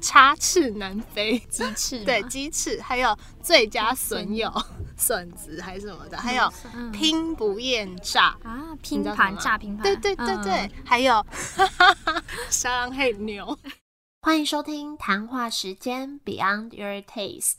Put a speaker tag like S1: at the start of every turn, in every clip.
S1: 插翅难飞，
S2: 鸡翅嘛，
S1: 对，鸡翅，还有最佳损友、笋子还是什么的，还有
S2: 嗯
S1: 拼不厌诈。
S2: 啊，
S1: 你
S2: 拼
S1: 知道什
S2: 盘
S1: 么吗
S2: 炸拼盘，
S1: 对对对
S2: 嗯
S1: 对，还 有沙朗黑牛。
S3: 欢迎收听谈话时间 Beyond Your Taste。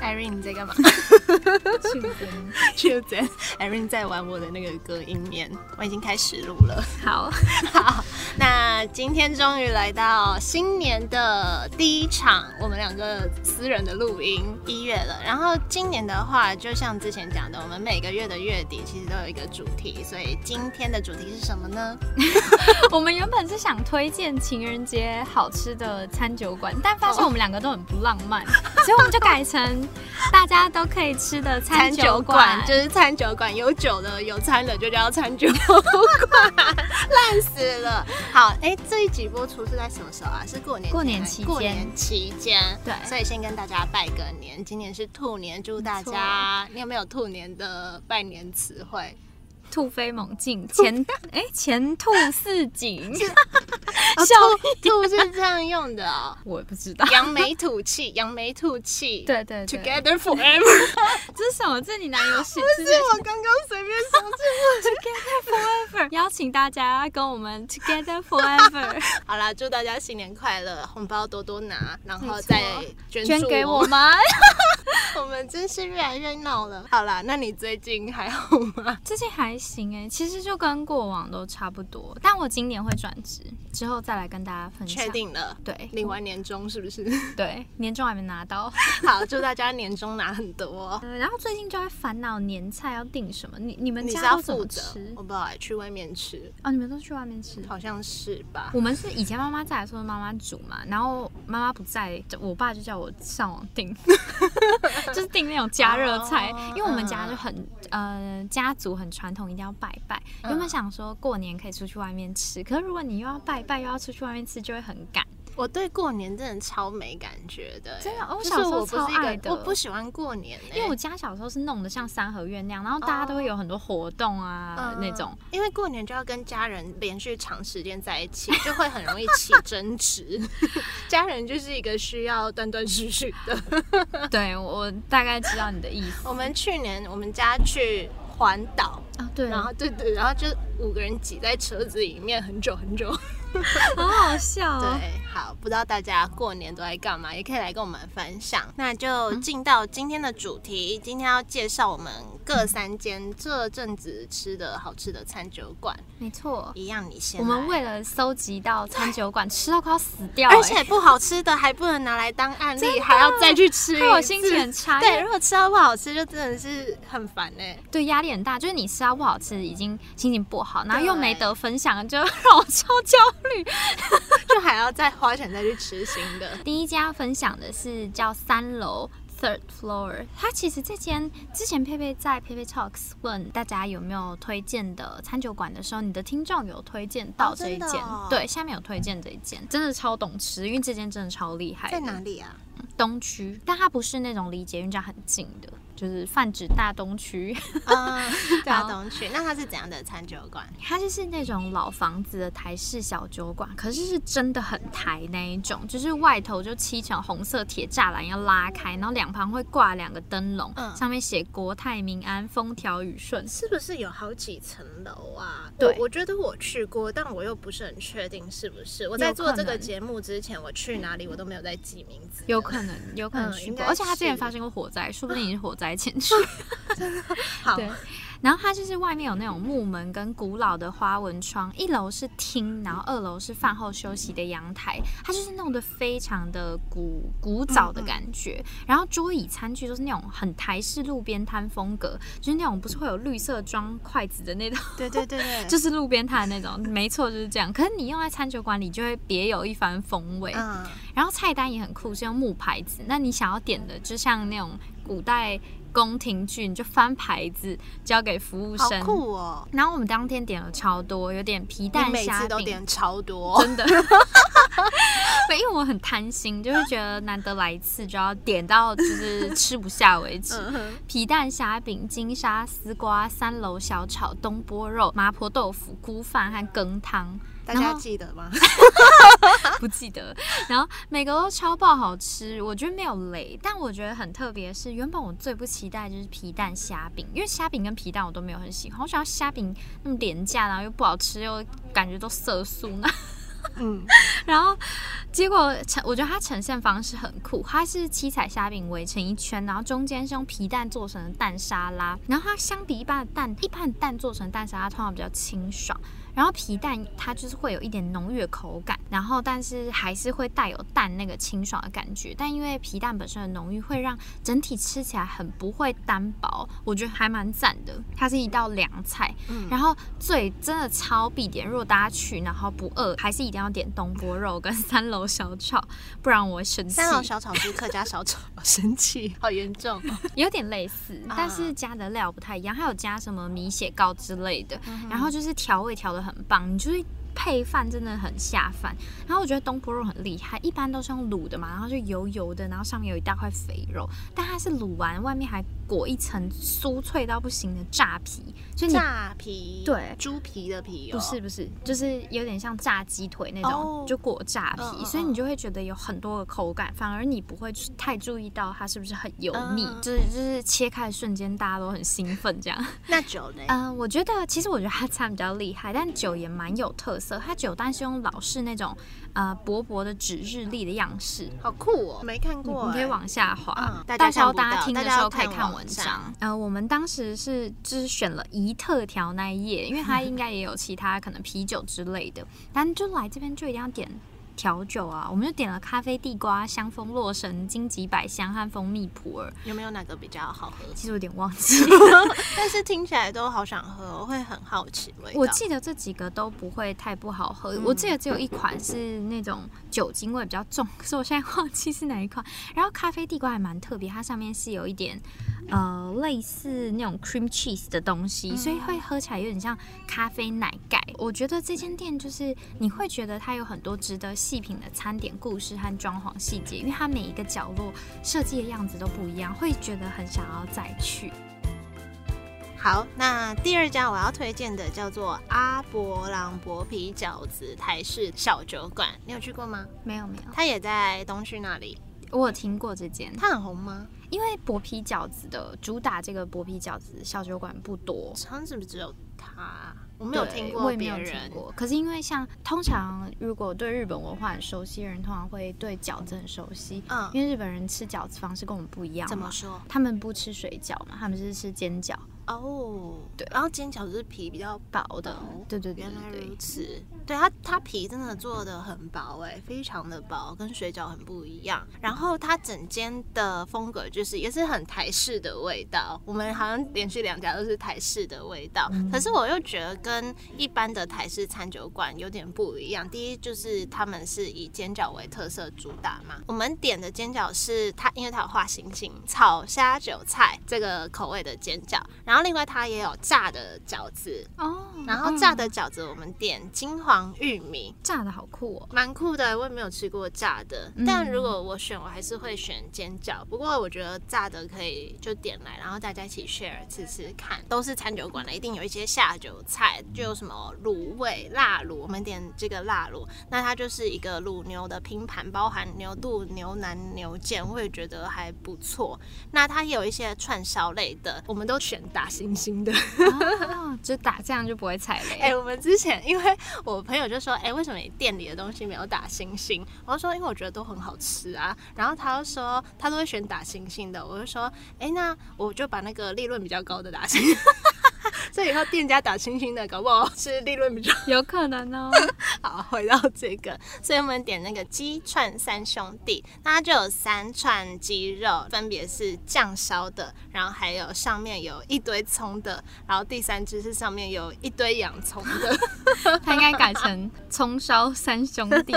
S1: Irene 你在 干嘛
S2: 去冰
S1: 就这样 Irene 在玩我的那个隔音棉，我已经开始录了。
S2: 好，
S1: 好，那今天终于来到新年的第一场，我们两个私人的录音一月了。然后今年的话，就像之前讲的，我们每个月的月底其实都有一个主题，所以今天的主题是什么呢？
S2: 我们原本是想推荐情人节好吃的餐酒馆，但发现我们两个都很不浪 漫，所以我们就改成大家都可以吃的餐酒 馆。
S1: 就是餐酒馆，有酒的有餐的就叫餐酒馆， 烂死了。好，哎、这一集播出是在什么时候啊？是过年
S2: 过年
S1: 前
S2: 期间
S1: 过年期间，
S2: 对
S1: 所以先跟大家拜个年，今年是兔年，祝大家。你有没有兔年的拜年词汇？
S2: 突飞猛进，前 哎前兔似锦，笑
S1: 兔兔是这样用的 哦，
S2: 我也不知道。
S1: 扬眉吐气，扬眉吐气。
S2: 对对对，
S1: ，Together forever。
S2: 这是什么？这是你男友写？
S1: 是
S2: 不
S1: 我刚刚随便想起来
S2: Forever，邀请大家跟我们 Together Forever
S1: 好啦，祝大家新年快乐，红包多多拿，然后
S2: 没错
S1: 再捐
S2: 捐
S1: 助
S2: 给
S1: 我
S2: 我们。
S1: 我 们真是越来越闹了。好啦，那你最近还好吗？
S2: 最近还行哎、其实就跟过往都差不多，但我今年会转职，之后再来跟大家分享。
S1: 确？定了，
S2: 对
S1: 领完年终是不是？
S2: 对，年终还没拿到。
S1: 好，祝大家年终拿很多。
S2: 嗯，然后最近就在烦恼年菜要订什么，你你们
S1: 你是
S2: 家
S1: 要
S2: 都怎
S1: 负
S2: 么
S1: 责
S2: 吃？？
S1: 我不知道、欸，去外面吃，
S2: 哦，你们都去外面吃。
S1: 好像是吧？
S2: 我们是以前妈妈在的时候，妈妈煮嘛，然后妈妈不在，就我爸就叫我上网 订，就是订那种加热菜
S1: 哦，
S2: 因为我们家就很呃家族很传统，一定要拜拜。
S1: 嗯
S2: 原本想说过年可以出去外面吃，可是如果你又要拜拜又要出去外面吃，就会很赶。
S1: 我对过年真的超没感觉的欸、
S2: 真的哦
S1: 就
S2: 我
S1: 是
S2: 小时候
S1: 我不是一
S2: 超爱
S1: 个，
S2: 的哎
S1: 我不喜欢过年、欸，
S2: 因为我家小时候是弄得像三合院那样，然后大家都会有很多活动啊、
S1: 嗯
S2: 那种。，
S1: 因为过年就要跟家人连续长时间在一起，就会很容易 起争执。家人就是一个需要断断续续的。
S2: 对我大概知道你的意思
S1: 我们去年我们家去环岛，
S2: 啊，对，
S1: 然后对对，然后就五个人挤在车子里面很久很久。
S2: 好好笑、哦。
S1: 对，好，不知道大家过年都在干嘛，也可以来跟我们分享。那就
S2: 嗯
S1: 进到今天的主题，今天要介绍我们各三间这阵子吃的好吃的餐酒馆，
S2: 没错。
S1: 一样你先
S2: 我
S1: 来。
S2: 们为了搜集到餐酒馆，吃到快要死掉、
S1: 而
S2: 欸，
S1: 且不好吃的还不能拿来当案例，还要再去吃一次，
S2: 害我心情很差。
S1: 对，如果吃到不好吃，就真的是很烦哎、
S2: 对，压力很大，就是你吃到不好吃，已经心情不好，然后又
S1: 对
S2: 没得分享，就让我超焦虑。
S1: 就还要再花钱再去吃新的。
S2: 第一家分享的是叫三楼。Third floor，它其实这间之前佩佩在佩佩 Talks 问大家有没有推荐的餐酒馆的时候，你的听众有推荐到
S1: 哦
S2: 这
S1: 真
S2: 一
S1: 的
S2: 间，
S1: 哦
S2: 对，下面有推荐这一间，真的超懂吃，因为这间真的超厉 害。
S1: 在哪？里啊？
S2: 东区，但它不是那种离捷运站很近的，就是泛指大东区。
S1: 嗯， 大
S2: 好
S1: 东区。那它是怎样的餐酒馆？
S2: 它就是那种老房子的台式小酒馆，可是是真的很台那一种，就是外头就漆成红色铁栅栏要拉开，然后两旁会挂两个灯笼，
S1: 嗯
S2: 上面写国泰民安、风调雨 顺。
S1: 是不是有好几层楼啊？
S2: 对
S1: 我我觉得我去过，但我又不是很确定是不是。我
S2: 有
S1: 在
S2: 可
S1: 做这个
S2: 能
S1: 节目之前，我去哪里我都没有在记名字。
S2: 有可能，有可能
S1: 嗯
S2: 去
S1: 应
S2: 过，
S1: 该
S2: 而且它之前
S1: 是
S2: 发生过火灾，说不定你是火灾前 去。
S1: 好，
S2: 对，然后它就是外面有那种木门跟古老的花纹窗，一楼是厅，然后二楼是饭后休息的阳台，它就是弄得非常的古古早的感觉。然后桌椅餐具都是那种很台式路边摊风格，就是那种不是会有绿色装筷子的那种。
S1: 对对对 对，
S2: 就是路边摊的那种，没错，就是这样。可是你用在餐酒馆里，就会别有一番风味。
S1: 嗯，
S2: 然后菜单也很酷，是用木牌子。那你想要点的，就像那种古代宫廷剧，你就翻牌子交给服务
S1: 好
S2: 生。
S1: 酷哦！
S2: 然后我们当天点了超多，有点皮
S1: 你
S2: 蛋
S1: 每
S2: 虾
S1: 次都
S2: 饼，
S1: 点超多，
S2: 真的。对，因为我很贪心，就是觉得难得来一次，就要点到就是吃不下为止。
S1: 嗯哼
S2: 皮蛋虾饼、金沙丝瓜、三楼小炒、东坡肉、麻婆豆腐、菇饭和羹汤，
S1: 大
S2: 然
S1: 家
S2: 后
S1: 记得吗？
S2: 不记得。然后每个都超爆好吃，我觉得没有雷，但我觉得很特别是，原本我最不期待就是皮蛋虾饼，因为虾饼跟皮蛋我都没有很喜欢，我想要虾饼那么廉价，然后又不好吃，又感觉都色素那
S1: 嗯，
S2: 然后结果呈，我觉得它呈现方式很酷，它是七彩虾饼围成一圈，然后中间是用皮蛋做成的蛋沙拉，然后它相比一般的蛋，一般的蛋做成的蛋沙拉通常比较清爽。然后皮蛋它就是会有一点浓郁的口感，然后但是还是会带有蛋那个清爽的感觉，但因为皮蛋本身的浓郁会让整体吃起来很不会单薄，我觉得还蛮赞的。它是一道凉菜，
S1: 嗯
S2: 然后最真的超必点，如果大家去然后不饿，还是一定要点东坡肉跟三楼小炒，不然我会生气。
S1: 三楼小炒是客家小炒， 好生气，好严重哦。
S2: 有点类似，
S1: 啊
S2: 但是加的料不太一样，还有加什么米血糕之类的，然后就是调味调的很棒，你就是。配饭真的很下饭，然后我觉得东坡肉很厉害，一般都是用卤的嘛，然后就油油的，然后上面有一大块肥肉，但它是卤完外面还裹一层酥脆到不行的炸皮，所以你
S1: 炸皮，
S2: 对
S1: 猪皮的皮、哦，
S2: 不是不是，就是有点像炸鸡腿那种，
S1: 哦
S2: 就裹炸皮，
S1: 嗯嗯
S2: 所以你就会觉得有很多的口感，反而你不会去太注意到它是不是很油腻，
S1: 嗯
S2: 就是就是切开的瞬间大家都很兴 奋这样。
S1: 那酒呢？
S2: 嗯，我觉得其实我觉得它餐比较厉害，但酒也蛮有特色，它酒单是用老式那种呃薄薄的指日历的样式。
S1: 好酷哦，没看
S2: 你
S1: 过、哎
S2: 你可以往下滑，
S1: 嗯大家
S2: 到时候
S1: 看不到
S2: 大家听的时候可
S1: 大家
S2: 以
S1: 要
S2: 看
S1: 看
S2: 文
S1: 网
S2: 章
S1: 站。
S2: 呃，我们当时是就是选了一特调那一页，因为它应该也有其他可能啤酒之类的，但就来这边就一定要点。调酒啊，我们就点了咖啡、地瓜、香蜂、洛神、荆棘、百香和蜂蜜普洱。
S1: 有没有哪个比较好喝？
S2: 其实我有点忘记，
S1: 但是听起来都好想喝，我会很好奇味道。
S2: 我记得这几个都不会太不好喝，我记得只有一款是那种酒精味比较重，可是我现在忘记是哪一款。然后咖啡地瓜还蛮特别，它上面是有一点呃类似那种 cream cheese 的东西，所以会喝起来有点像咖啡奶盖。我觉得这间店就是你会觉得它有很多值得细品的餐点故事和装潢细节，因为它每一个角落设计的样子都不一样，会觉得很想要再去。
S1: 好，那第二家我要推荐的叫做阿伯朗薄皮饺子台式小酒馆，你有去过吗？
S2: 没有没有，
S1: 它也在东区那里，
S2: 我有听过这间。
S1: 它很红吗？
S2: 因为薄皮饺子的主打这个薄皮饺子小酒馆不多，
S1: 好像是不是只有它？我没有
S2: 对
S1: 听
S2: 我
S1: 过
S2: 也没
S1: 别
S2: 有听
S1: 人。
S2: 过。可是因为像通常如果对日本文化很熟悉的人，通常会对饺子很熟悉，
S1: 嗯
S2: 因为日本人吃饺子方式跟我们不一样嘛，
S1: 怎么说？
S2: 他们不吃水饺嘛，他们是吃煎饺，
S1: 哦，
S2: 对
S1: 然后煎饺就是皮比较
S2: 薄的
S1: 薄，
S2: 对对对
S1: 哦原来
S2: 对
S1: 如
S2: 对。
S1: 此。对它，它皮真的做的很薄哎、非常的薄，跟水饺很不一样。然后它整间的风格就是也是很台式的味道。我们好像连续两家都是台式的味道，
S2: 嗯
S1: 可是我又觉得跟一般的台式餐酒馆有点不一样。第一就是他们是以煎饺为特色主打嘛，我们点的煎饺是它，因为它有画星星，炒虾韭菜这个口味的煎饺，然后另外它也有炸的饺子，
S2: 哦，
S1: 然后炸的饺子我们点金黄玉米，
S2: 炸的好酷 哦，
S1: 蛮酷的。我也没有吃过炸的，
S2: 嗯
S1: 但如果我选，我还是会选煎饺。不过我觉得炸的可以就点来，然后大家一起 share 吃吃看。都是餐酒馆的，一定有一些下酒菜，就有什么卤味、腊卤，我们点这个腊卤，那它就是一个卤牛的拼盘，包含牛肚、牛腩、牛腱，我也觉得还不错。那它也有一些串烧类的，我们都选打星星的。
S2: 哦就打这样就不会踩雷。
S1: 哎、我们之前因为我朋友就说，哎、为什么你店里的东西没有打星星？我就说，因为我觉得都很好吃啊。然后他就说，他都会选打星星的。我就说，哎、那我就把那个利润比较高的打星星。 所以以后店家打星星的，搞不好是利润比较
S2: 有可能哦。
S1: 好。回到这个，所以我们点那个鸡串三兄弟，那它就有三串鸡肉，分别是酱烧的，然后还有上面有一堆葱的，然后第三只是上面有一堆洋葱的。
S2: 他应该改成葱烧三兄 弟，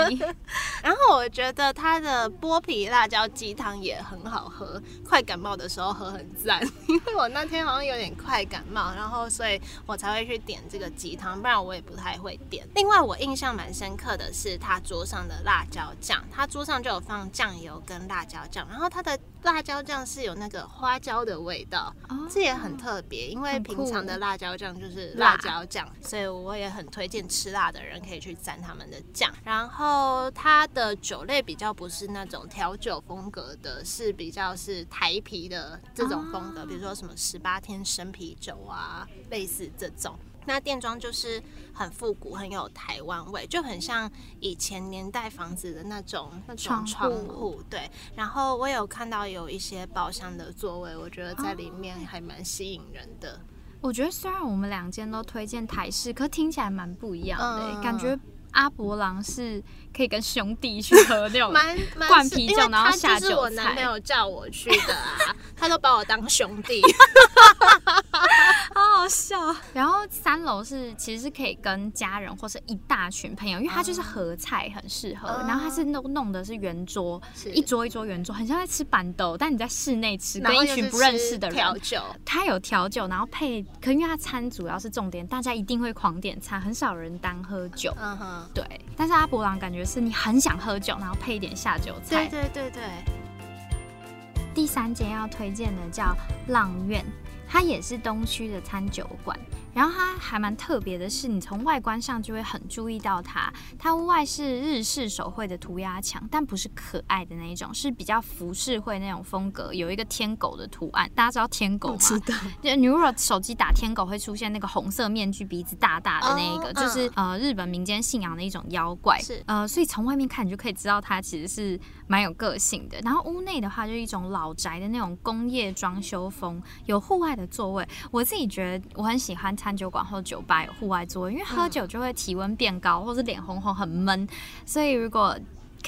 S1: 然后我觉得它的剥皮辣椒鸡汤也很好喝，快感冒的时候喝很赞。 因为我那天好像有点快感冒，然后所以我才会去点这个鸡汤，不然我也不太会点。另外我印象蛮深刻的是他桌上的辣椒酱，他桌上就有放酱油跟辣椒酱，然后它的辣椒酱是有那个花椒的味道，
S2: 哦
S1: 这也很特别，因为
S2: 很酷
S1: 平常的辣椒酱就是
S2: 辣
S1: 辣椒酱，所以我也很推荐吃辣的人可以去沾他们的酱。然后它的酒类比较不是那种调酒风格的，是比较是台啤的这种风格，
S2: 啊
S1: 比如说什么十八天生啤酒啊，类似这种。那店装就是很复古，很有台湾味，就很像以前年代房子的那种那种
S2: 窗
S1: 窗
S2: 户
S1: 户。对，然后我有看到有一些包厢的座位，我觉得在里面
S2: 哦
S1: 还蛮吸引人的。
S2: 我觉得虽然我们两间都推荐台式，可听起来蛮不一样的欸、
S1: 嗯
S2: 感觉阿伯郎是可以跟兄弟去喝那种。
S1: 蛮蛮
S2: 哦灌啤酒
S1: 因为
S2: 然后
S1: 他
S2: 下
S1: 就是
S2: 酒
S1: 我男
S2: 菜
S1: 朋友叫我去的啊，他都把我当兄 弟。
S2: 好好笑。然后三楼是其实是可以跟家人或是一大群朋友，因为它就是合菜很适合，
S1: 嗯
S2: 然后它是弄弄的是圆桌，
S1: 是
S2: 一桌一桌圆桌，很像在吃板豆，但你在室内吃，
S1: 然
S2: 跟
S1: 后
S2: 一
S1: 又
S2: 群
S1: 是
S2: 不认
S1: 吃
S2: 识的
S1: 调
S2: 人。
S1: 酒，
S2: 它有调酒，然后配，可因为它餐主要是重点，大家一定会狂点餐，很少人单喝酒。
S1: 嗯哼，
S2: 对，但是阿伯朗感觉是你很想喝酒，然后配一点下酒菜。
S1: 对对对对，
S2: 第三间要推荐的叫浪苑，它也是东区的餐酒馆。然后它还蛮特别的是，你从外观上就会很注意到它。它屋外是日式手绘的涂鸦墙，但不是可爱的那一种，是比较浮世绘那种风格，有一个天狗的图案。大家知道天狗吗？
S1: 道，
S2: 就你如果手机打天狗，会出现那个红色面具、鼻子大大的那一个
S1: 哦
S2: 就是呃日本民间信仰的一种妖怪。
S1: 是
S2: 呃，所以从外面看你就可以知道它其实是蛮有个性的。然后屋内的话，就是一种老宅的那种工业装修风，有户外的座位。我自己觉得我很喜欢餐酒馆或酒吧有户外座位，因为
S1: 嗯
S2: 喝酒就会体温变高，或是脸红红很闷，所以如果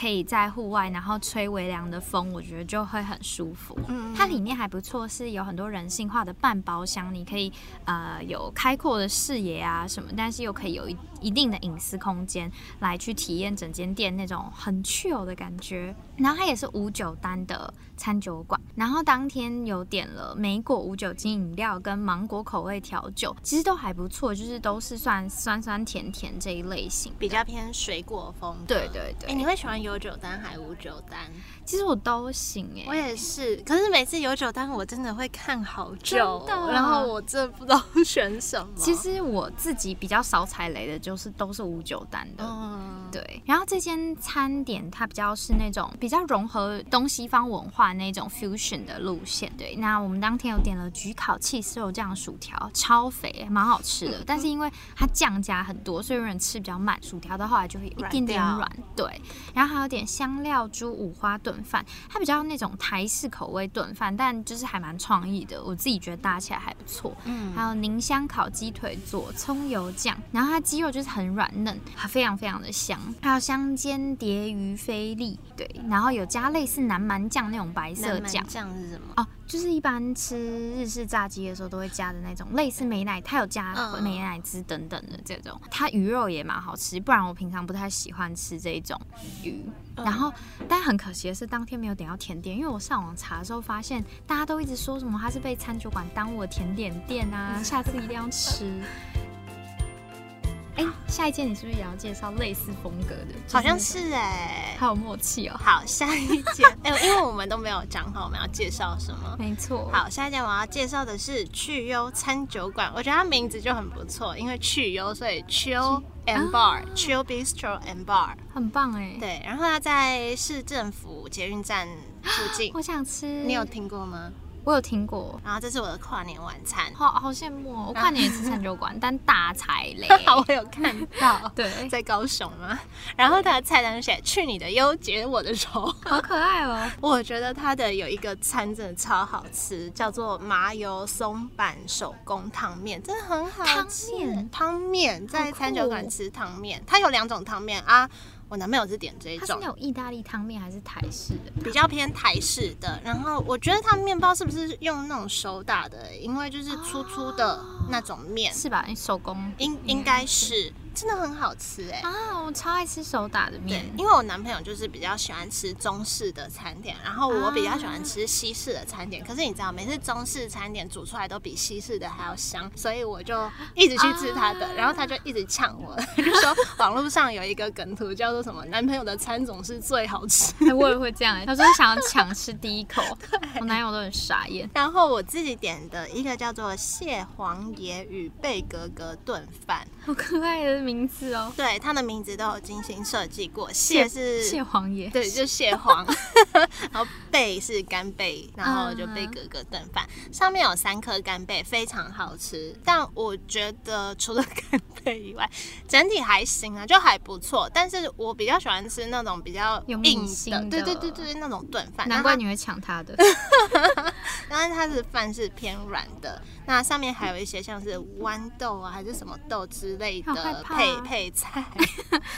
S2: 可以在户外，然后吹微凉的风，我觉得就会很舒服。
S1: 嗯
S2: 它里面还不错，是有很多人性化的半包厢，你可以呃有开阔的视野啊什么，但是又可以有一一定的隐私空间来去体验整间店那种很 chill 的感觉。然后它也是无酒单的餐酒馆，然后当天有点了梅果无酒精饮料跟芒果口味调酒，其实都还不错，就是都是算酸酸甜甜这一类型。
S1: 比较偏水果风格。
S2: 对对
S1: 哎、
S2: 对，
S1: 你会喜欢有酒单还无酒单？
S2: 其实我都行哎、
S1: 我也是，可是每次有酒单我真的会看好久，
S2: 真的
S1: 然后我真的不知道 选什么。
S2: 其，实我自己比较少踩雷的，就是都是无酒单的。
S1: 嗯，
S2: 对，然后这间餐点它比较是那种比较融合东西方文化那种 fusion 的路线。对，那我们当天有点了焗烤气丝肉酱薯条，超肥，蛮好吃
S1: 嗯
S2: 的。但是因为它酱加很多，所以有人吃比较慢，薯条到后来就会有一
S1: 软
S2: 点点
S1: 掉
S2: 软。对，然后还有点香料猪五花炖饭，它比较那种台式口味炖饭，但就是还蛮创意的，我自己觉得搭起来还不错。
S1: 嗯，
S2: 还有宁香烤鸡腿佐葱油酱，然后它鸡肉就是很软嫩，啊非常非常的香。还有香煎蝶鱼菲力，对，然后有加类似南蛮酱那种白色
S1: 南蛮
S2: 酱。
S1: 酱是什么？
S2: 哦，就是一般吃日式炸鸡的时候都会加的那种，类似美奶，它有加
S1: 嗯
S2: 美奶滋等等的这种。它鱼肉也蛮好吃，不然我平常不太喜欢吃这一种鱼。然后，但很可惜的是，当天没有点到甜点，因为我上网查的时候发现，大家都一直说什么它是被餐酒馆耽误的甜点店 啊，下次一定要吃。哎，下一件你是不是也要介绍类似风格的？就
S1: 好像
S2: 那种，
S1: 是哎、
S2: 好有默契哦。
S1: 好，下一件， 哎、因为我们都没有讲好我们要介绍什么。
S2: 没错，
S1: 好，下一件我要介绍的是去优餐酒馆，我觉得它名字就很不错，因为去优，所以 Chill and Bar、Chill Bistro and Bar。
S2: 很棒哎。，
S1: 对，然后它在市政府捷运站附近，
S2: 我想吃。
S1: 你有听过吗？
S2: 我有听过，
S1: 然后这是我的跨年晚餐，
S2: 好好羡慕哦！我跨年也吃餐 酒馆，但大踩雷。
S1: 啊我有看到
S2: 对，
S1: 在高雄嘛，然后它的菜单写“去你的忧，解我的愁。
S2: 好可爱哦！”
S1: 我觉得它的有一个餐真的超好吃，叫做麻油松板手工汤面，真的很好吃。
S2: 汤面哦
S1: 汤面在
S2: 酷
S1: 餐酒馆吃汤面，它有两种汤面啊。我男朋友是点这一
S2: 它是
S1: 种
S2: 那，种意大利汤面还是台式的？
S1: 比较偏台式的。然后我觉得它面包是不是用那种手打的，因为就是粗粗的那种面，
S2: 是吧？你手工
S1: 应应该是真的很好吃哎、
S2: 啊，我超爱吃手打的
S1: 对
S2: 面，，
S1: 因为我男朋友就是比较喜欢吃中式的餐点，然后我比较喜欢吃西式的餐点。可是你知道，每次中式餐点煮出来都比西式的还要香，所以我就一直去吃他的，然后他就一直呛我， 他就说网络上有一个梗图叫做什么“男朋友的餐总是最好吃”，
S2: 哎我也会这样哎、他说想要抢吃第一 口，我男友都很傻眼。
S1: 然后我自己点的一个叫做蟹黄爷与贝格格炖饭，
S2: 好可爱的名字哦！
S1: 对，它的名字都有精心设计过。蟹是
S2: 蟹黄爷，
S1: 对，就蟹 黄，然后贝是干贝，然后就
S2: 嗯
S1: 贝格格炖饭，上面有三颗干贝，非常好吃。但我觉得除了干贝以外，整体还行啊，就还不错。但是我比较喜欢吃那种比较
S2: 有
S1: 硬
S2: 米
S1: 的，
S2: 心
S1: 对
S2: 的
S1: 对对对，那种炖饭。
S2: 难
S1: 那它
S2: 怪你会抢他 的。
S1: 但是它的饭是偏软的，那上面还有一些像是豌豆啊，还是什么豆之类
S2: 好害
S1: 的
S2: 怕
S1: 配
S2: 啊
S1: 配 菜。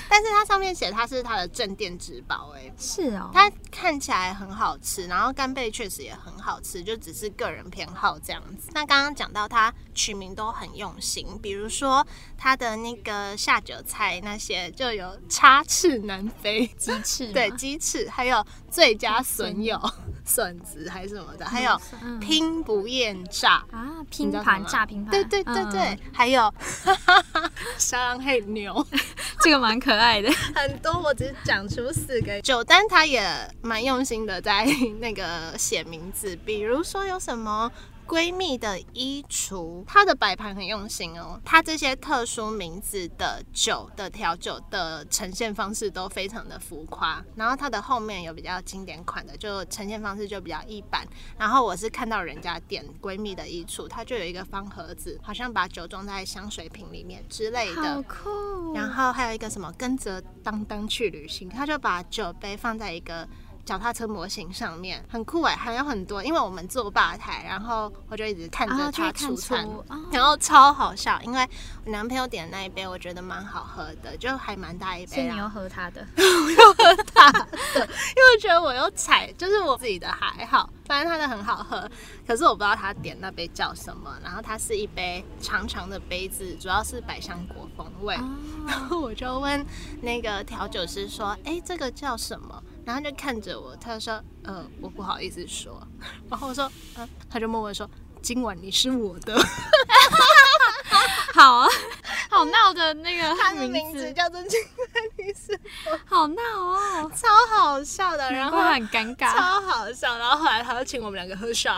S1: 但是它上面写它是它的镇店之宝，哎，
S2: 是哦，
S1: 它看起来很好吃，然后干贝确实也很好吃，就只是个人偏好这样子。那刚刚讲到它取名都很用心，比如说它的那个下酒菜那些就有插翅难飞，
S2: 鸡翅吗
S1: 对，鸡翅，还有最佳损友、笋子还是什么的，还有
S2: 嗯
S1: 拼不厌诈。
S2: 啊，
S1: 你
S2: 拼
S1: 知道什
S2: 盘
S1: 么
S2: 炸拼盘，
S1: 对对对对，
S2: 嗯
S1: 还有 沙朗黑牛，
S2: 这个蛮可爱的。
S1: 很多，我只讲出四个。九丹他也蛮用心的，在 那个写名字，比如说有什么。闺蜜的衣橱，它的摆盘很用心哦。它这些特殊名字的酒的调酒的呈现方式都非常的浮夸，然后它的后面有比较经典款的，就呈现方式就比较一般。然后我是看到人家点闺蜜的衣橱，它就有一个方盒子，好像把酒装在香水瓶里面之类的，
S2: 好酷！
S1: 然后还有一个什么跟着当当去旅行，他就把酒杯放在一个脚踏车模型上面，很酷哎，还有很多，因为我们坐吧台，然后我就一直看
S2: 啊
S1: 着
S2: 就
S1: 他
S2: 会看
S1: 出餐。
S2: 出啊
S1: 然后超好笑，因为我男朋友点的那一杯，我觉得蛮好喝的，就还蛮大一
S2: 所以
S1: 杯啊
S2: 你又
S1: 啦。
S2: 喝他的，
S1: 因为我觉得我又踩，就是我自己的还好，反正他的很好喝。可是我不知道他点那杯叫什么，然后它是一杯长长的杯子，主要是百香果风味。
S2: 哦
S1: 然后 我就问那个调酒师说：“哎、这个叫什么？”然后他就看着我，他就说：“呃，我不好意思说。” 然后我说：“嗯、他就默默地说：“今晚你是我的。
S2: 好啊，好闹的那个”
S1: 他的
S2: 名
S1: 名字叫做今晚你是，
S2: 好闹哦，
S1: 超好笑的，然后
S2: 会很尴尬
S1: 超好笑。然后后来他又请我们两个喝 shot，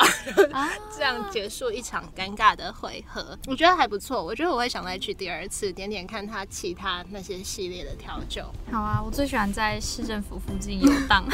S2: 啊。
S1: 这样结束一场尴尬的回合，我觉得还不错。我觉得我会想再去第二次，点点看他其他那些系列的调酒。
S2: 好啊，我最喜欢在市政府附近游荡。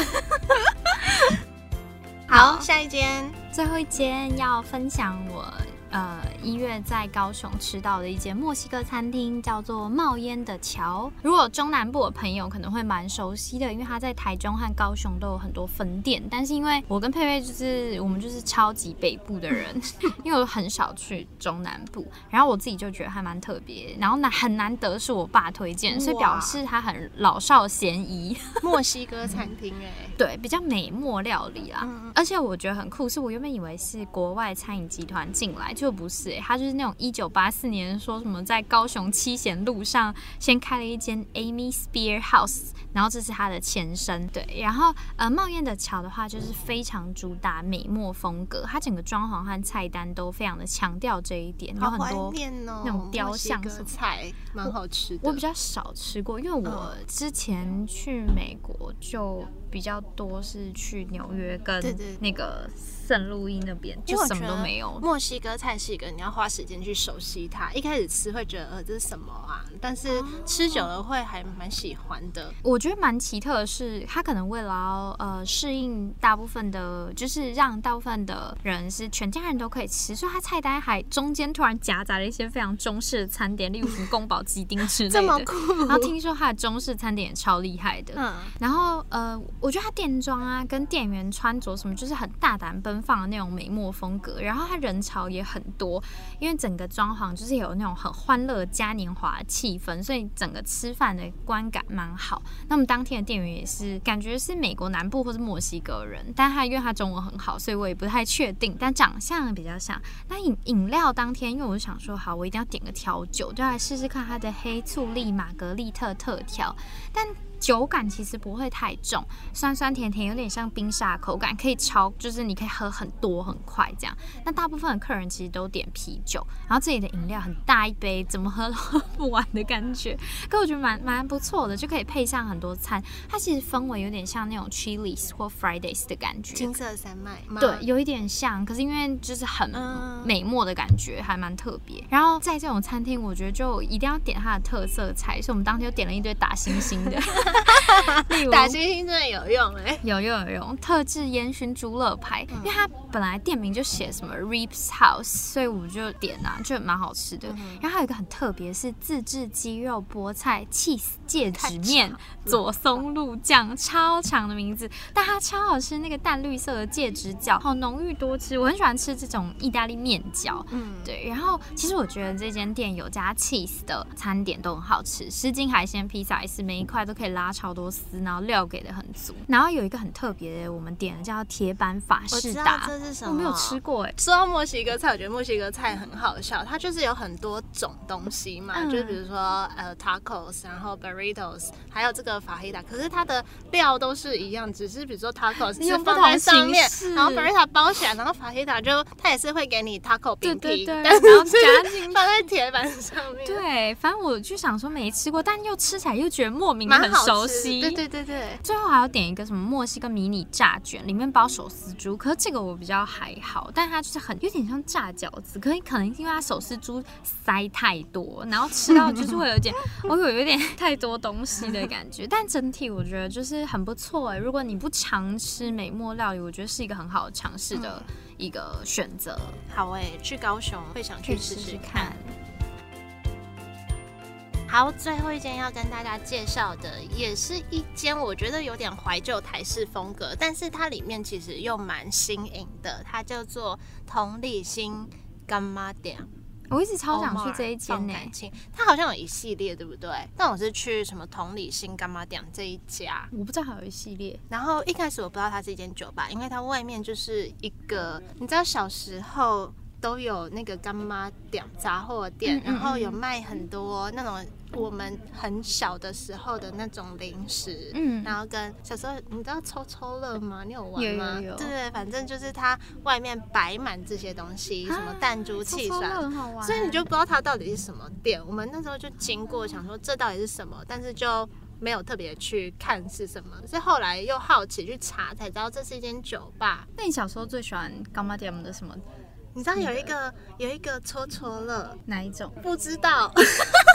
S1: 好，下一间
S2: 最后一间要分享我呃一月在高雄吃到的一间墨西哥餐厅，叫做冒烟的桥。如果中南部的朋友可能会蛮熟悉的，因为它在台中和高雄都有很多分店。但是因为我跟佩佩就是我们就是超级北部的人， 因为我很少去中南部，然后我自己就觉得还蛮特别，然后难很难得是我爸推荐，所以表
S1: 哇
S2: 示他很老少咸宜。
S1: 墨西哥餐厅、哎。
S2: 对，比较美墨料理啦。
S1: 嗯嗯
S2: 而且我觉得很酷，是我原本以为是国外餐饮集团进来，就不是、欸，他就是那种一九八四年说什么在高雄七贤路上先开了一间 Amy Spear House，然后这是它的前身。对，然后呃，冒烟的桥的话就是非常主打美墨风格，它整个装潢和菜单都非常的强调这一点，有
S1: 好
S2: 很
S1: 怀
S2: 多
S1: 念哦，
S2: 那种雕像
S1: 墨西
S2: 什
S1: 哥
S2: 么的
S1: 菜蛮好吃的。嗯
S2: 我比较少吃过，因为我之前去美国就比较多是去纽约跟
S1: 对对
S2: 那个圣路易那边，
S1: 因
S2: 就
S1: 为我
S2: 什么
S1: 觉
S2: 都
S1: 得
S2: 没有。
S1: 墨西哥菜是一个你要花时间去熟悉它，一开始吃会觉得呃这是什么啊，但是吃久了会还蛮喜欢的。
S2: 我觉得蛮奇特的是，他可能为了要呃适应大部分的，就是让大部分的人是全家人都可以吃，所以他菜单还中间突然夹杂了一些非常中式的餐点，例如什么宫保鸡丁之类 的。
S1: 这么酷
S2: 然后听说他的中式餐点也超厉害的。
S1: 嗯，
S2: 然后呃，我觉得他店装啊，跟店员穿着什么，就是很大胆奔放的那种美墨风格。然后他人潮也很多，因为整个装潢就是有那种很欢乐嘉年华的气氛，所以整个吃饭的观感蛮好。那么当天的店员也是感觉是美国南部或是墨西哥人，但他因为他中文很好，所以我也不太确定，但长相比较像。那饮饮料当天，因为我就想说好，我一定要点个调酒，就来试试看它的黑醋栗玛格丽特特调，但。酒感其实不会太重，酸酸甜甜，有点像冰沙的口感，可以超，就是你可以喝很多很快这样。那大部分的客人其实都点啤酒，然后这里的饮料很大一杯，怎么喝都喝不完的感觉。可我觉得蛮蛮不错的，就可以配上很多餐。它其实氛围有点像那种 Chili's 或 Fridays 的感觉，
S1: 金色山脉吗
S2: 对，有一点像，可是因为就是很
S1: 嗯
S2: 美墨的感觉，还蛮特别。然后在这种餐厅，我觉得就一定要点它的特色菜，所以我们当天就点了一堆打星星 的，例如
S1: 打星星真的有用哎、
S2: 有有有有特制烟熏猪肋排，
S1: 嗯
S2: 因为它本来店名就写什么 Reeps House，所以我就点啊，就蛮好吃
S1: 嗯
S2: 的。然后还有一个很特别是自制鸡肉菠菜 cheese 戒指面左松露酱，超长的名字，但它超好吃，那个淡绿色的戒指饺好浓郁多汁，我很喜欢吃这种意大利面饺。
S1: 嗯，
S2: 对，然后其实我觉得这间店有加 cheese 的餐点都很好吃，湿巾海鲜披萨也是每一块都可以拉超多丝，然后料给的很足。然后有一个很特别的，我们点的叫铁板法
S1: 我知
S2: 式
S1: 道
S2: 达
S1: 这，是什
S2: 我
S1: 么，
S2: 没有吃。过哎。
S1: 说到墨西哥菜，我觉得墨西哥菜很好笑，它就是有很多种东西嘛，
S2: 嗯
S1: 就是比如说呃 tacos，然后 burritos，还有这个法黑达，可是它的料都是一样，只是比如说 tacos 是
S2: 用不
S1: 放在
S2: 同
S1: 上
S2: 形
S1: 面，
S2: 式
S1: 然后 burrito 包起来，然后法黑达就它也是会给你 taco 饼
S2: 对
S1: 皮，
S2: 对 对，然
S1: 但
S2: 后
S1: 是是
S2: 夹进去。
S1: 放在铁板上面，，
S2: 对，反正我就想说没吃过，但又吃起来又觉得莫名的
S1: 蛮
S2: 很
S1: 好吃
S2: 熟悉。
S1: 对对对对，
S2: 最后还要点一个什么墨西哥迷你炸卷，里面包手撕猪，可是这个我比较还好，但它就是很有点像炸饺子，可是可能因为它手撕猪塞太多，然后吃到就是会有 点，我有有点太多东西的感觉，但整体我觉得就是很不错哎、如果你不常吃美墨料理，我觉得是一个很好尝试的一个选择，
S1: 好诶、去高雄会想
S2: 可以
S1: 去
S2: 试
S1: 试
S2: 试
S1: 试
S2: 看
S1: 看。。
S3: 好，最后一间要跟
S1: 跟大家介绍的也是一间我觉得有点怀旧台式风格，但是它里面其实又蛮新颖的，它叫做同理心干妈店。
S2: 我一直超想去这一间呢、欸
S1: 感情，它好像有一系列，对不对？但我是去什么同理心干妈店这一家。
S2: 我不知道还有一系列，
S1: 然后一开始我不知道它是一间酒吧，因为它外面就是一个，你知道小时候都有那个干妈店、杂货店，
S2: 嗯嗯
S1: 然后有
S2: 嗯
S1: 卖很多那种我们很小的时候的那种零食，
S2: 嗯
S1: 然后跟小时候你知道抽抽乐吗？你有玩
S2: 有有
S1: 吗？
S2: 有
S1: 对对，反正就是它外面摆满这些东西，什么
S2: 啊
S1: 弹珠、
S2: 抽
S1: 汽
S2: 抽
S1: 水。
S2: 乐很好玩，
S1: 所以你就不知道它到底是什么店。我们那时候就经过，想说这到底是什么，但是就没有特别去看是什么。是后来又好奇去查，才知道这是一间酒吧。
S2: 那你小时候最喜欢干妈店的什么
S1: 你知道有一个有一个戳戳乐，
S2: 哪一种？
S1: 不知道，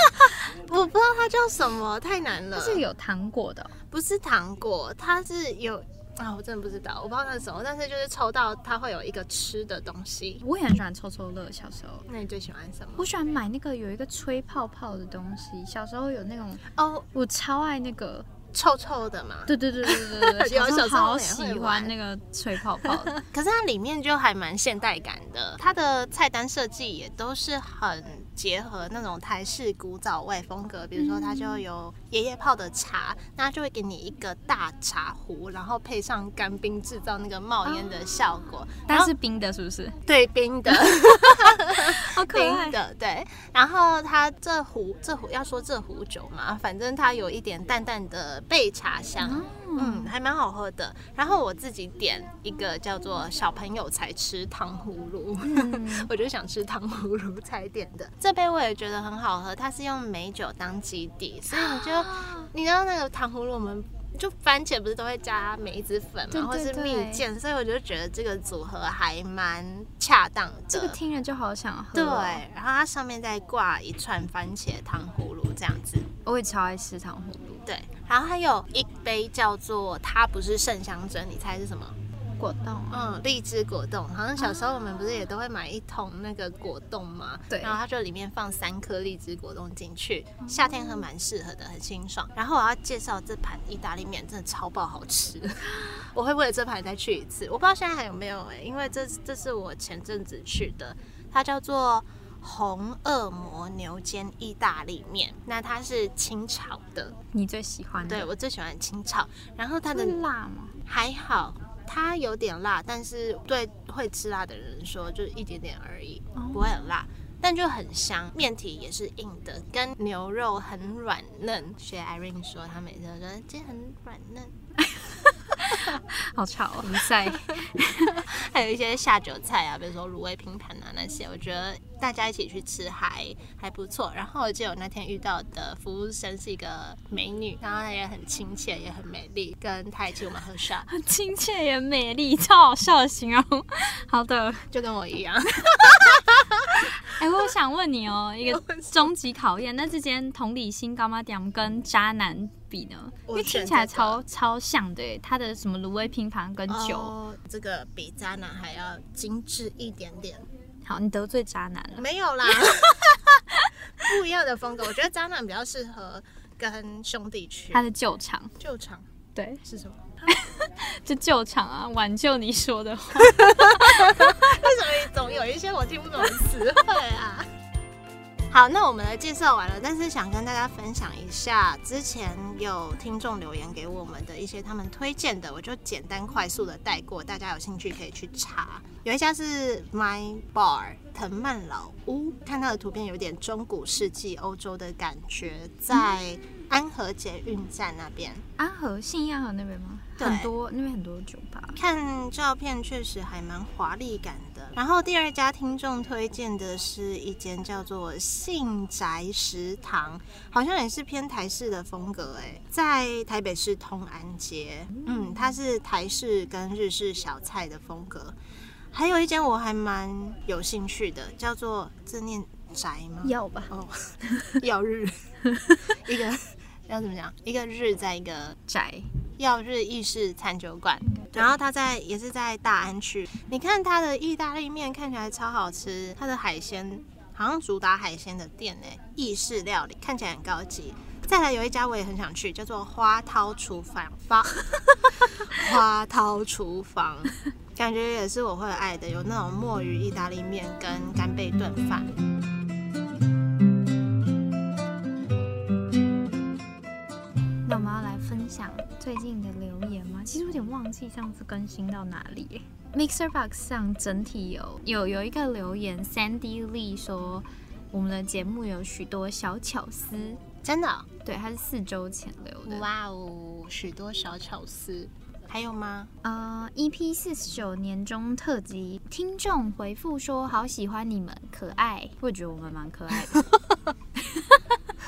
S1: 我不知道它叫什么，太难了。
S2: 它是有糖果的哦、
S1: 不是糖果，它是有。啊，我真的不知道，我不知道那是什么，但是就是抽到它会有一个吃的东西。
S2: 我也很喜欢抽抽乐，小时候。
S1: 那你最喜欢什么？
S2: 我喜欢买那个有一个吹泡泡的东西，小时候有那种，
S1: 哦，
S2: 我超爱那个，
S1: 臭臭的嘛。
S2: 对对对对对 对，
S1: 有
S2: 小
S1: 小时候
S2: 好
S1: 我也会
S2: 喜欢
S1: 玩
S2: 那个吹泡泡的，
S1: 可是它里面就还蛮现代感的，它的菜单设计也都是很结合那种台式古早味风格，比如说它就有爷爷泡的茶，那它就会给你一个大茶壶，然后配上干冰制造那个冒烟的效果，
S2: 但是冰的是不是？
S1: 对冰的
S2: 好可
S1: 冰
S2: 爱。
S1: 的对，然后它这壶这壶要说这壶酒嘛，反正它有一点淡淡的焙茶香，嗯，还蛮好喝的。然后我自己点一个叫做小朋友才吃糖葫芦，
S2: 嗯
S1: 我就想吃糖葫芦才点的。这杯我也觉
S2: 啊
S1: 得很好喝，它是用美酒当基底，所以你就你知道那个糖葫芦我们。就番茄不是都会加梅子粉
S2: 对
S1: 嘛，或
S2: 对
S1: 是
S2: 对
S1: 蜜饯，所以我就觉得这个组合还蛮恰当的。
S2: 这个听了就好想喝。
S1: 对，，然后它上面再挂一串番茄糖葫芦这样子。
S2: 我也超爱吃糖葫芦
S1: 对，然后还有一杯叫做它不是圣香珍，你猜是什么？
S2: 果冻啊。
S1: 嗯，荔枝果冻。好像小时候我们不是也都会买一桶那个果冻吗？
S2: 对嗯
S1: 然后它就里面放三颗荔枝果冻进去，夏天喝蛮适合的，很清爽。然后我要介绍这盘意大利面，真的超爆好 吃，我会为了这盘再去一次。我不知道现在还有没有哎、因为这这是我前阵子去的，它叫做。红恶魔牛肩意大利面，那它是清炒的，
S2: 你最喜欢的？
S1: 对我最喜欢清炒，然后它的
S2: 会辣嗯吗？
S1: 还好，它有点辣，但是对会吃辣的人说，就是一点点而已，
S2: 哦
S1: 不会很辣。但就很香，面体也是硬的，跟牛肉很软嫩。学 Irene 说，她每次都说这很软嫩，
S2: 好吵哦！比赛
S1: 还有一些下酒菜啊，比如说卤味拼盘啊那些，我觉得大家一起去吃还还不错。然后我记得我那天遇到的服务生是一个美女，然后她也很亲切，也很美丽，跟她一起我们喝 shot，
S2: 很亲切也美丽，超好笑的形容。好的，
S1: 就跟我一样。
S2: 哎、我想问你哦， 一个终极考验，那之间同理心高吗？点跟渣男比呢？因
S1: 我
S2: 为听
S1: 选
S2: 起来
S1: 这个
S2: 超超像的耶，他的什么卤味拼盘跟酒。
S1: 哦，这个比渣男还要精致一点点。
S2: 好，你得罪渣男了。
S1: 没有啦，不一样的风格。我觉得渣男比较适合跟兄弟去
S2: 他的救场，
S1: 救场
S2: 对，
S1: 是什么？
S2: 就救场啊，挽救你说的话。
S1: 为什么总有一些我听不懂的词汇啊？好，那我们的介绍完了，但是想跟大家分享一下，之前有听众留言给我们的一些他们推荐的，我就简单快速的带过，大家有兴趣可以去查。有一家是 My Bar 藤蔓老屋，看它的图片有点中古世纪欧洲的感觉，在安和捷运站那边。
S2: 安和信安和那边吗？
S1: 对
S2: 很多那边很多酒吧。
S1: 看照片确实还蛮华丽感的。然后第二家听众推荐的是一间叫做信宅食堂，好像也是偏台式的风格诶，在台北市通安街。嗯，它是台式跟日式小菜的风格。还有一间我还蛮有兴趣的，叫做字念宅吗？
S2: 要吧，
S1: 哦， 曜日， 一个要怎么讲？一个日在一个
S2: 宅
S1: 耀日意式餐酒馆，然后它在也是在大安区。你看它的意大利面看起来超好吃，它的海鲜好像主打海鲜的店呢、意式料理看起来很高级。再来有一家我也很想去，叫做花涛厨房， 花花涛厨房，感觉也是我会爱的，有那种墨鱼意大利面跟干贝炖饭。
S2: 那我们要来分享最近的留言吗？其实有点忘记上次更新到哪里耶。Mixer Box 上整体有有有一个留言，Sandy Lee 说我们的节目有许多小巧思，
S1: 真的哦、
S2: 对，他是四周前留的。
S1: 哇哦，许多小巧思，还有吗？
S2: 呃，EP 四十九年中特辑，听众回复说好喜欢你们，可爱，我觉得我们蛮可爱的。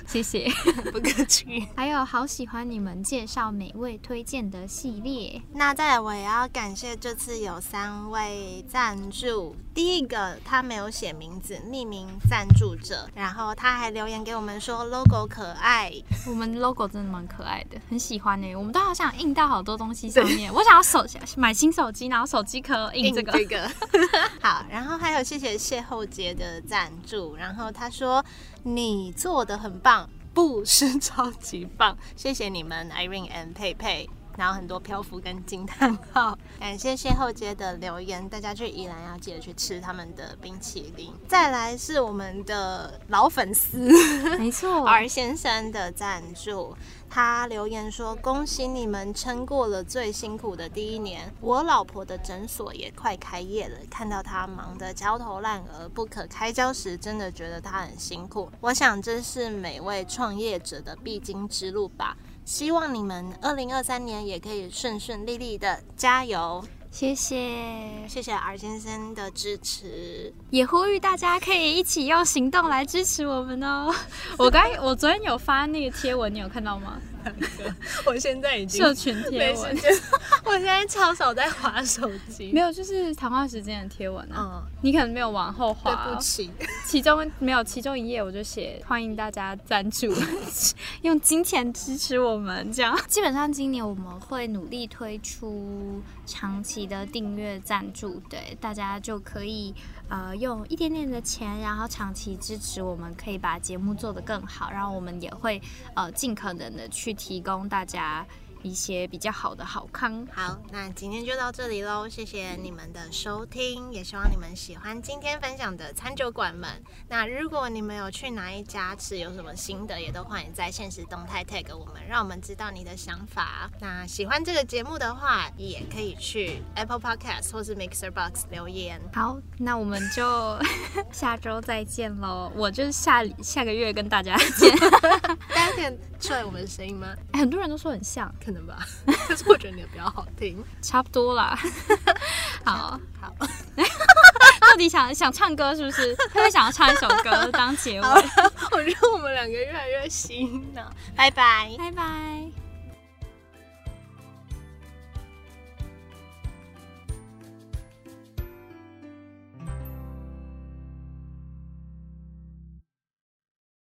S2: 谢谢，
S1: 不客气。
S2: 还有好喜欢你们介绍每位推荐的系列，
S1: 那再来，我也要感谢这次有三位赞助。第一个他没有写名字，匿名赞助者，然后他还留言给我们说 logo 可爱，
S2: 我们 logo 真的蛮可爱的，很喜欢呢、欸我们都好想印到好多东西上面，我想要手买新手机，然后手机壳印这个。
S1: 印个 好，然后还有谢谢谢后杰的赞助，然后他说你做的很棒，不是超级棒，谢谢你们 Irene and 佩佩。然后很多漂浮跟惊叹号， 感谢谢后街的留言，大家去宜兰要记得去吃他们的冰淇淋。再来是我们的老粉丝，
S2: 没错，
S1: R 先生的赞助，他留言说：“恭喜你们撑过了最辛苦的第一年，我老婆的诊所也快开业了。看到她忙得焦头烂额、不可开交时，真的觉得她很辛苦。我想这是每位创业者的必经之路吧。希望你们二零二三年也可以顺顺利利的，加油！”
S2: 谢谢，
S1: 谢谢 R 先生的支持。
S2: 也呼吁大家可以一起用行动来支持我们 哦。我刚我昨天有发那个贴文，你有看到吗？
S1: 我现在已经
S2: 社群贴
S1: 没时
S2: 文，
S1: 间， 我现在超少在划手机。
S2: 没有，就是谈话时间的贴文啊。
S1: 嗯，
S2: 你可能没有往后滑
S1: 对
S2: 哦，
S1: 不起，
S2: 其中没有，其中一页我就写欢迎大家赞助， 用金钱支持我们这样。基本上今年我们会努力推出长期的订阅赞助，对大家就可以呃用一点点的钱，然后长期支持我们，可以把节目做得更好。然后我们也会呃尽可能的去提供大家一些比较好的好康。
S1: 好，那今天就到这里喽，谢谢你们的收听，也希望你们喜欢今天分享的餐酒馆们。那如果你们有去哪一家吃，有什么心得，也都欢迎在现实动态 tag 我们，让我们知道你的想法。那喜欢这个节目的话，也可以去 Apple Podcast 或是 Mixer Box 留言。
S2: 好，那我们就 下周再见喽！我就是下下个月跟大家见。
S1: 大家可以出来我们的声音吗？
S2: 哎很多人都说很像，
S1: 可能吧， 可是我觉得你的比较好听。
S2: 差不多啦。好，
S1: 好，
S2: 到底想想唱歌是不是？特别想要唱一首歌当结尾。
S1: 我觉得我们两个越来越新了，拜拜。
S2: 拜拜。